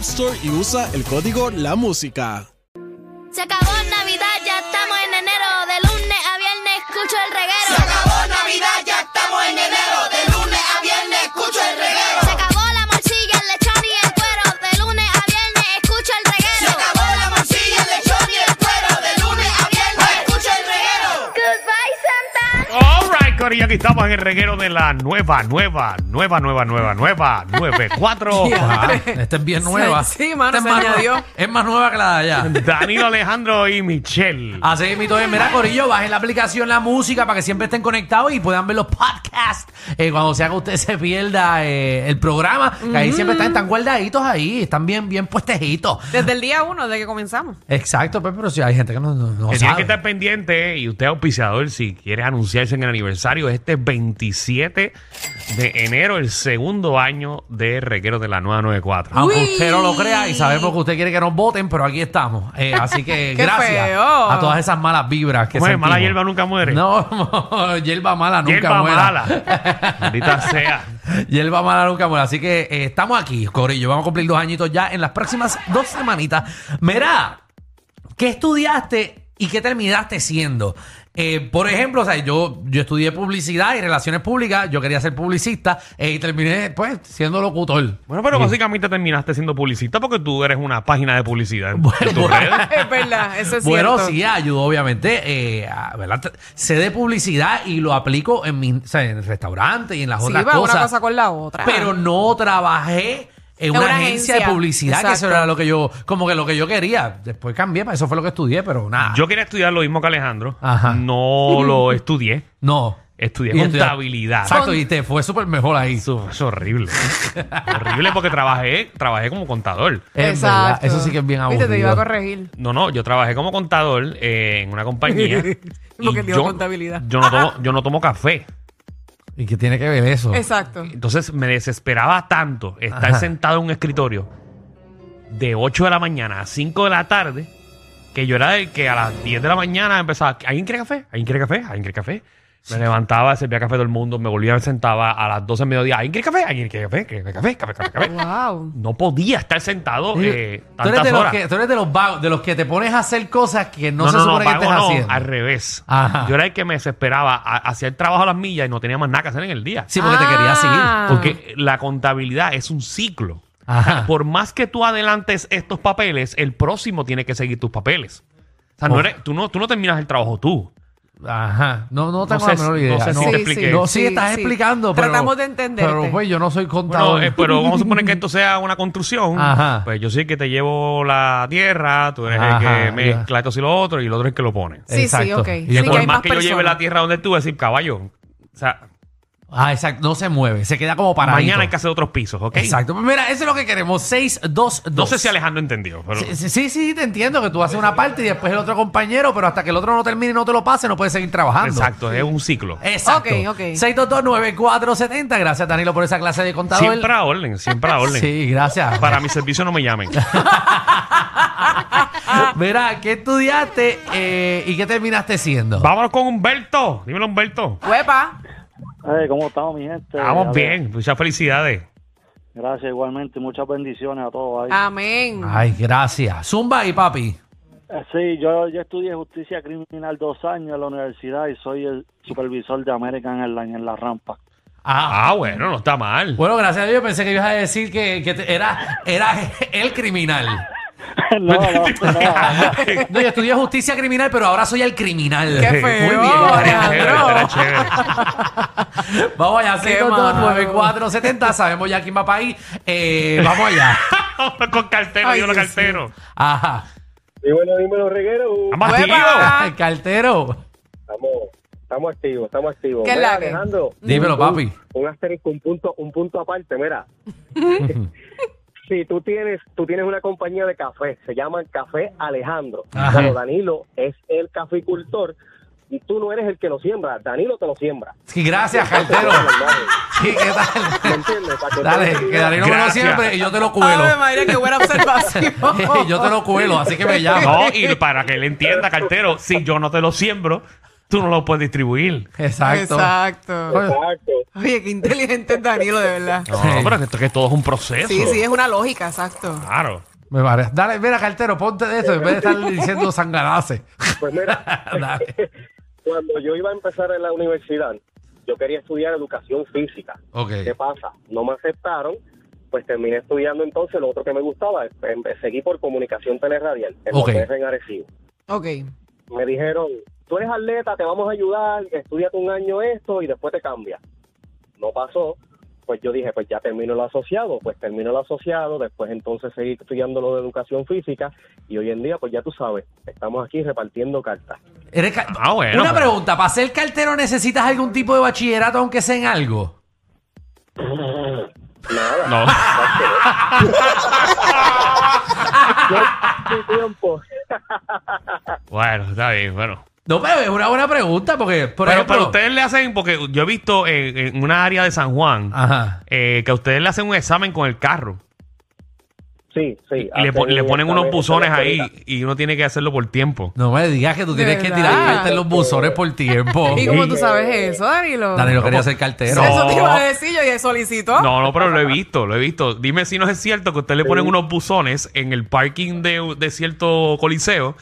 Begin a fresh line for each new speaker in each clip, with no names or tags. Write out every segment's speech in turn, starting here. Store y usa el código La Música.
Se acabó Navidad, ya estamos en enero. De lunes a viernes escucho el reguero.
Se acabó Navidad, ya estamos en enero. De lunes a viernes escucho el
Se
reguero.
acabó la morcilla, el lechón y el cuero. De lunes a viernes escucho el
Se
reguero.
acabó la morcilla, el lechón y el cuero. De lunes a viernes escucho el reguero.
Goodbye, Santa.
All right, Corillo, aquí estamos en el reguero de la nueva, nueva, nueva, nueva, nueva, nueva, 94.
Ah, esta es bien nueva.
Sí, mano,
Esta es
se
más
añadió.
nueva- Es más nueva que la de allá.
Ah, Danilo Alejandro y Michelle.
Así mito es. Mira, Corillo, bajen la aplicación, la música, para que siempre estén conectados y puedan ver los podcasts. eh, cuando sea que usted se pierda eh, el programa, que ahí siempre están, están guardaditos ahí, están bien, bien puestecitos.
Desde el día uno, desde que comenzamos.
Exacto, pues, pero si hay gente que no, no, no
Que tiene que
sabe.
estar pendiente eh, y usted auspiciador si quiere anunciarse en el aniversario este 27 de enero, el segundo año de reguero de la nueva 94.
Aunque
Uy.
usted no lo crea y sabemos que usted quiere que nos voten, pero aquí estamos. Eh, así que
Qué
gracias
feo.
a todas esas malas vibras que
¿Cómo es?
sentimos.
Mala hierba nunca muere.
No, hierba mala nunca
hierba
muera.
mala. Maldita sea.
Hierba mala nunca muere. Así que eh, estamos aquí, Corillo. Vamos a cumplir dos añitos ya en las próximas dos semanitas. Mira, ¿qué estudiaste y qué terminaste siendo? Eh, por ejemplo, o sea, yo, yo estudié publicidad y relaciones públicas. Yo quería ser publicista eh, y terminé, pues, siendo locutor.
Bueno, pero básicamente terminaste siendo publicista porque tú eres una página de publicidad. en- en tus
Bueno.
redes.
Es verdad, eso es
Bueno,
cierto.
sí, ayudó obviamente. eh, a- ¿verdad? T- Sé de publicidad y lo aplico en, mi, o sea, en el restaurante y en las
Sí,
otras
va
cosas.
una cosa con la otra.
pero no trabajé en una, agencia, de publicidad, que eso
exacto.
era lo que yo, como que lo que yo quería. Después cambié, para eso fue lo que estudié, pero nada.
Yo quería estudiar lo mismo que Alejandro.
Ah. Ajá.
No lo estudié.
no.
Estudié
Y
contabilidad.
Exacto, y te fue súper mejor ahí.
Eso es horrible. horrible porque trabajé, trabajé como contador.
Es verdad, eso sí que es bien aburrido.
Viste, te iba a corregir.
No, no, yo trabajé como contador eh, en una compañía. y
Porque dio contabilidad.
Yo no, tomo, yo no tomo café.
¿Y qué tiene que ver eso?
Eh,
Exacto.
Entonces me desesperaba tanto estar
Ajá.
sentado en un escritorio de 8 de la mañana a 5 de la tarde que yo era el que a las 10 de la mañana empezaba, ¿alguien quiere café? ¿Alguien quiere café? ¿Alguien quiere café? Me levantaba, servía café a todo el mundo, me volvía, me sentaba a las 12 del mediodía, ¿alguien quiere café? ¿Alguien quiere café? ¿Quiere café? ¿Café? ¿Café? ¿Café?
Wow.
No podía estar sentado
Sí.
eh,
tú, eres
tantas
de los
horas.
que, tú eres de los vagos, de los que te pones a hacer cosas que no, se supone que
vago
estés
no,
haciendo.
al revés.
Ajá.
Yo era el que me desesperaba, ha- hacía el trabajo a las millas y no tenía más nada que hacer en el día.
Sí, porque te quería
Ah.
seguir.
Porque la contabilidad es un ciclo.
Ajá.
Por más que tú adelantes estos papeles, el próximo tiene que seguir tus papeles. O sea, no
Oh.
eres- tú, no, tú no terminas el trabajo tú.
Ajá. No, no tengo
sé
la menor
si-
idea.
no sé si
no,
te expliqué.
No, sí, estás
sí.
explicando, pero.
Tratamos de entenderte.
Pero pues yo no soy
Bueno,
contador.
eh, pero vamos a suponer que esto sea una construcción.
Ajá.
Pues yo soy el que te llevo la tierra, tú eres
Ajá,
el que
ya.
mezcla esto y lo otro, y el otro es el que lo pone.
Sí, sí,
Exacto.
ok.
Y
Sí,
yo-
que
Por
hay
más
más
que yo lleve
personas.
la tierra donde tú, decir, caballo. O sea,
Ah, exacto. No se mueve. Se queda como para
mañana hay que hacer otros pisos, ¿ok?
Exacto. Pues mira, eso es lo que queremos. 6, 2, 2.
No sé si Alejandro entendió, pero
Sí, sí, sí, sí, te entiendo que tú haces una parte y después el otro compañero, pero hasta que el otro no termine y no te lo pase, no puedes seguir trabajando.
exacto, es un ciclo.
Exacto.
Ok, ok.
6229470. Gracias, Danilo, por esa clase de contador.
Siempre a orden, siempre a orden.
Sí, gracias.
Para mi servicio no me llamen.
Mira, ¿qué estudiaste eh, y qué terminaste siendo?
Vámonos con Humberto. Dímelo, Humberto.
Huepa.
Hey, ¿Cómo estamos, mi gente?
Vamos
A ver,
bien, muchas felicidades.
Gracias, igualmente. Muchas bendiciones a todos. ahí.
Ah. Amén.
Ay, gracias. Zumba y papi.
Eh, Sí, yo, yo estudié justicia criminal dos años en la universidad y soy el supervisor de American Airlines en la rampa.
Ah,
Ah, bueno, no está mal.
bueno, gracias a Dios pensé que ibas a decir que, que te- era, era el criminal.
no, no, no.
No, yo estudié justicia criminal, pero ahora soy el criminal.
Qué
Muy bien,
feo,
Era
Alejandro.
chévere, era chévere.
Vamos allá,
Qué
6229470. Sabemos ya quién va para ahí. Eh, vamos allá.
Vamos con cartero,
Ay,
yo lo
Dios
cartero.
Ajá.
Dímelo, dímelo, reguero. Uh,
Vamos
¡Uepa!
activo.
Ah.
El cartero.
Estamos, estamos activos, estamos activos.
¿Qué
Mira,
la que?
Alejandro,
Dímelo, papi.
un asterisco, un punto, un punto aparte, mira. si tú tienes, tú tienes una compañía de café, se llama Café Alejandro.
Ajá.
Pero Danilo es el caficultor y tú no eres el que lo siembra, Danilo te lo siembra.
Sí, gracias, cartero. Sí, ¿qué
¿Me
tal?
entiendes? Para que
Dale,
tengas
que Darío me lo
Gracias.
siempre y yo te lo
Ave
cuelo.
María, qué buena observación.
yo te lo cuelo, así que me llamo.
No, y para que él entienda, cartero, si yo no te lo siembro, tú no lo puedes distribuir.
Exacto.
Exacto.
Exacto.
Oye, qué inteligente es Danilo, de verdad.
No, no, pero que, esto- que todo es un proceso.
Sí, sí, es una lógica, exacto.
Claro.
Me parece. Dale, mira, cartero, ponte de eso en vez de estar diciendo sanganace.
Pues mira,
Dale.
cuando yo iba a empezar en la universidad, yo quería estudiar educación física.
Ok.
¿Qué pasa? No me aceptaron, pues terminé estudiando entonces lo otro que me gustaba, em- seguí por comunicación teleradial, en
Ok.
los en Arecibo.
Ok.
Me dijeron, tú eres atleta, te vamos a ayudar, estudiate un año esto y después te cambias. No pasó, pues yo dije, pues ya termino lo asociado, pues termino lo asociado, después entonces seguí estudiando lo de educación física y hoy en día, pues ya tú sabes, estamos aquí repartiendo cartas.
Eres ca-
Ah, bueno,
Una
pero-
pregunta, ¿para ser cartero necesitas algún tipo de bachillerato aunque sea en algo?
Nada,
No.
mi tiempo.
Bueno, está bien, bueno.
No, pero es una buena pregunta porque, por
pero,
ejemplo...
pero ustedes le hacen, porque yo he visto en, en una área de San Juan
Ah.
Ajá.
eh, que a ustedes le hacen un examen con el carro.
Sí, sí.
Y le, pon-
hacen-
le ponen unos
hacen
buzones ahí
escuelita.
y uno tiene que hacerlo por tiempo.
No me digas que tú
¿De
tienes que
verdad?
tirarte en los buzones por tiempo.
¿Y cómo tú sabes eso, Danilo?
Danilo quería ser cartero.
No.
Eso te iba a decir yo y solicitó.
No, no, pero lo he visto, lo he visto. Dime si no es cierto que ustedes le ponen unos buzones en el parking de, de cierto coliseo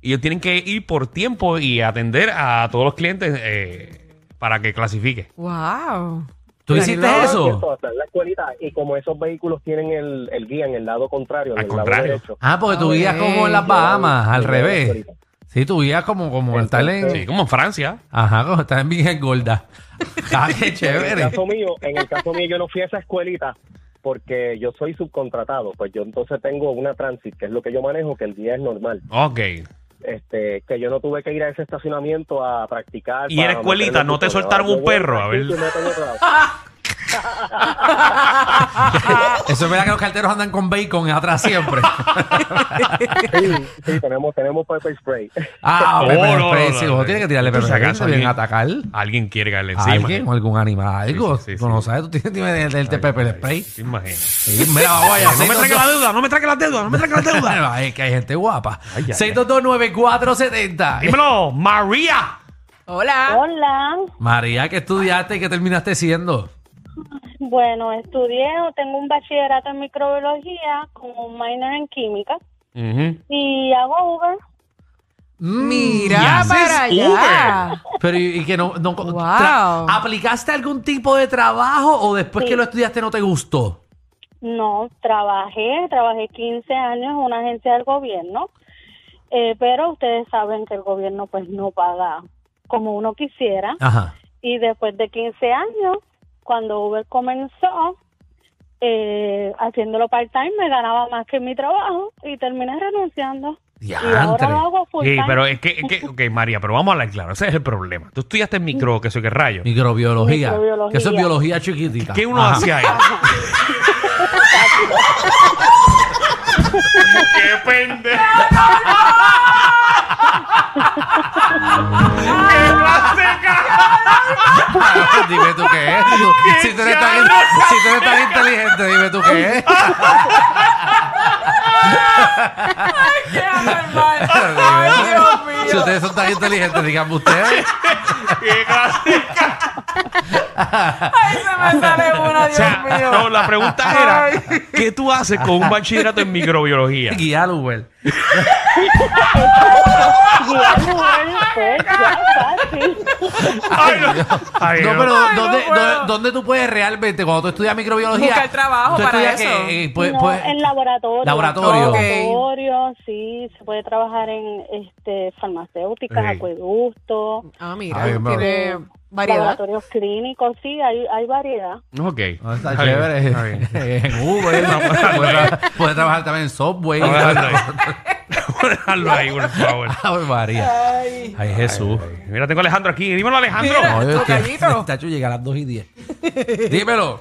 y ellos tienen que ir por tiempo y atender a todos los clientes eh, para que clasifique.
Wow.
¿Tú hiciste
Cierto,
eso?
hasta en la escuelita. Y como esos vehículos tienen el, el guía en el lado contrario, en
Al
el
contrario.
lado derecho.
Ah, porque tú
Ok.
guías como en las Bahamas, al revés. Sí, tú guías como, como el tal en...
Sí, como en Francia.
Ajá, como está en Virgen Gorda. Ah, qué
En el
chévere.
caso mío, en el caso mío, yo no fui a esa escuelita porque yo soy subcontratado. Pues yo entonces tengo una transit, que es lo que yo manejo, que el guía es normal.
Ok.
Este, que yo no tuve que ir a ese estacionamiento a practicar.
Y en la
para
escuelita,
meterle
¿no te
buzones.
soltaron
Ahora
un
yo voy
perro? A ver.
practico y no tengo trabajo.
Eso es verdad que los carteros andan con bacon atrás siempre.
Sí, sí, tenemos, tenemos pepper spray.
Ah,
Oh,
Pepe
no, no,
Spray,
no,
sí,
no,
vos
no.
tienes que tirarle
Por si
Pepe Spray,
acaso,
te vienen a
alguien-
atacar
Alguien quiere caerle
a
encima.
alguien o algún animal, algo.
Sí, sí, sí,
Tú no
sí.
sabes, tú tienes que meterte Pepe Spray.
¿Te imaginas?
Sí, mira, vamos allá,
No me
622.
traiga la deuda, no me traiga la deuda, no me traiga la deuda.
Bueno, es que hay gente guapa.
Ay, ay, ay.
6229470.
Dímelo, María.
Hola.
Hola,
María, ¿qué estudiaste y qué terminaste siendo?
bueno, estudié, tengo un bachillerato en microbiología con un minor en química
Ujú.
y hago Uber.
Mira para allá.
Mm, Pero y, y que no, no-
Wow.
tra- ¿Aplicaste algún tipo de trabajo o después
Sí.
que lo estudiaste no te gustó?
No, trabajé, trabajé 15 años en una agencia del gobierno, eh, pero ustedes saben que el gobierno pues no paga como uno quisiera.
Ajá.
Y después de 15 años, cuando Uber comenzó, eh, haciéndolo part-time me ganaba más que en mi trabajo y terminé renunciando. Y ahora
Diantre.
lo hago full-time.
Sí, pero es que, es que, ok, María, pero vamos a hablar claro. Ese es el problema. Tú estudiaste en micro, que soy que rayo.
Microbiología.
Microbiología.
Que eso es biología chiquitita.
¿Qué uno
Ajá.
hace ahí? ¡Qué pendejo! ¡Qué plástica!
dime tú qué es. tú.
¡Qué
si, tú eres tan,
charro!
si tú eres tan inteligente, dime tú qué es.
Qué anormal. Ay, Dios mío.
si ustedes son tan inteligentes, díganme ustedes.
¡Qué plástica!
Ay, se me sale una,
O
Dios
sea,
mío.
no, la pregunta era,
Ay.
¿qué tú haces con un bachillerato en microbiología?
Guía al Uber.
Bien, bueno, pues, ya, fácil.
Ay, no. Ay,
No,
no.
pero
Ay, no
¿dónde,
puedo.
dónde- dónde tú puedes realmente, cuando tú estudias microbiología?
Buscar trabajo
tú
para
estudias
eso.
que, eh, pues-
No,
pues-
en laboratorio.
Laboratorio.
Ok.
Laboratorio, sí, se puede trabajar en este farmacéuticas,
Ey.
acueductos,
Ah, mira,
Ay, mamá.
tiene variedad.
laboratorios clínicos, sí, hay, hay variedad.
Ok.
No, está
Está bien,
chévere.
está bien.
en Uber. puedes, tra- puedes trabajar también en Subway.
Vamos a dejarlo ahí. Vamos a dejarlo ahí, por favor.
Ave María.
Ay,
Ay, Jesús.
Mira, tengo a Alejandro aquí. Dímelo, Alejandro.
Mira.
No,
tu
yo estoy-
callito.
Tacho llega a las 2 y 10. Dímelo.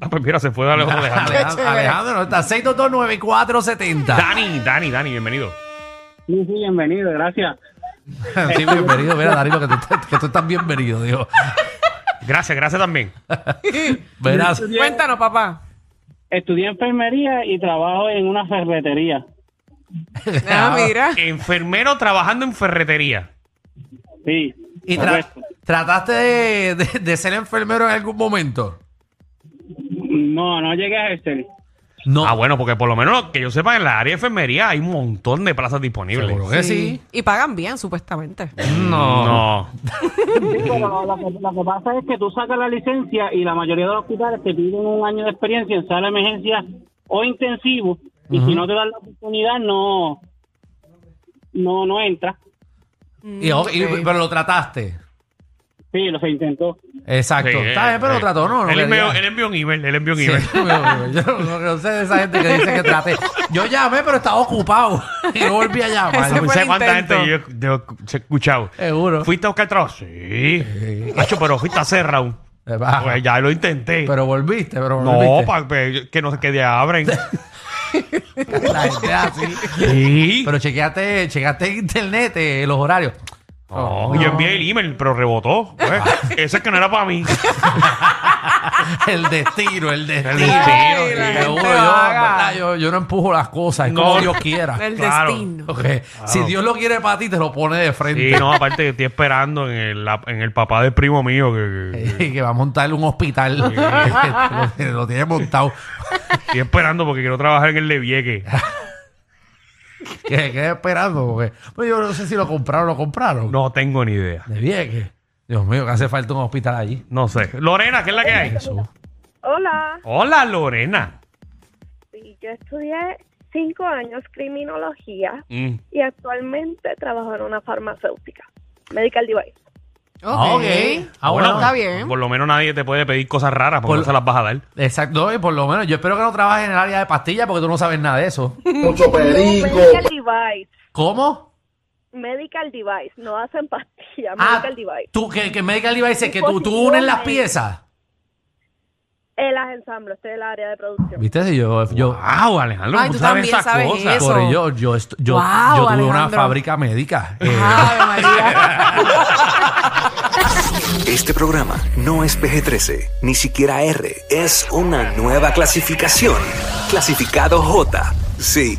Ah, pues mira, se fue Alejandro. Alejandro.
Alejandro, Alejandro, no está 6229470.
Dani, Dani, Dani, bienvenido.
Sí, sí, bienvenido, gracias.
Sí, bienvenido. Mira, Darío, que tú, estás- que tú estás bienvenido, digo.
Gracias, gracias también.
Verás.
cuéntanos, papá.
Estudié enfermería y trabajo en una ferretería.
Ah, mira.
Enfermero trabajando en ferretería.
Sí.
¿Y tra- trataste de, de- de ser enfermero en algún momento?
No, no llegué a ejercer.
No.
Ah, bueno, porque por lo menos que yo sepa, en la área de enfermería hay un montón de plazas disponibles.
Seguro que sí.
Y pagan bien, supuestamente.
No. No.
Sí, pero lo que, lo que pasa es que tú sacas la licencia y la mayoría de los hospitales te piden un año de experiencia en sala de emergencia o intensivo y si no te dan la oportunidad no no no entra.
Mm, Y- oh, y- pero lo trataste.
Sí, lo se intentó.
Exacto.
Sí,
Está bien, pero
eh,
lo trató, ¿no? no
él, envió,
quería.
él envió un email, él envió un
Sí,
email.
yo no, no sé de esa gente que dice que traté. Yo llamé, pero estaba ocupado. Y no volví a
Ese
llamar.
fue-
No sé
el
cuánta gente
intento.
yo, yo he escuchado.
Seguro.
¿Fuiste a buscar trabajo? Sí. Hacho, pero fuiste a hacer round.
Eh, va.
Pues ya lo intenté.
Pero volviste, pero
no,
volviste.
pa- pe- que no se quede abren.
La gente es así.
sí.
Pero chequeate, chequeate en internet eh, los horarios.
No, Yo envié el email, pero rebotó. Pues, Ese es que no era para mí.
El destino, el
El
destino.
destino.
Ay, la
sí.
gente
Seguro, yo,
lo
en
haga.
verdad, yo, yo no empujo las cosas, es
No.
como Dios quiera.
El
Claro.
destino.
Ok, Si Dios lo quiere para ti, te lo pone de frente.
Sí, no, aparte que estoy esperando en el, la- en el papá del primo mío que, que-
Y que va a montar un hospital. lo, tiene- lo tiene montado.
estoy esperando porque quiero trabajar en el de Vieque.
que se quede esperando. Porque, pues yo no sé si lo compraron o lo compraron.
No tengo ni idea.
De Vieques. Dios mío, que hace falta un hospital allí.
No sé. Lorena, ¿qué es la que hay?
Hola,
Hola, Lorena.
sí, yo estudié cinco años criminología
Mm.
y actualmente trabajo en una farmacéutica, Medical Device.
Ah, ok. Ah, bueno.
Bueno,
está bien.
Por lo menos nadie te puede pedir cosas raras porque
Por-
no se las vas a dar.
Exacto, y por lo menos yo espero que no trabajes en el área de pastillas porque tú no sabes nada de eso.
No, Medical Device,
¿Cómo?
Medical Device, no hacen pastillas,
Ah,
Medical Device.
tú, que, que Medical Device es que tú, tú
Dispositivo
unes las
médico.
piezas.
El ensamble, este es el área de producción.
¿Viste? Si yo, yo,
Wow, Alejandro,
Ay, tú también
esas
sabes
cosas.
eso.
por ello, yo, estu- yo,
Wow,
yo tuve una
Alejandro.
fábrica médica. eh,
Ave María.
Este programa no es PG-13, ni siquiera R. Es una nueva clasificación. Clasificado J. Sí.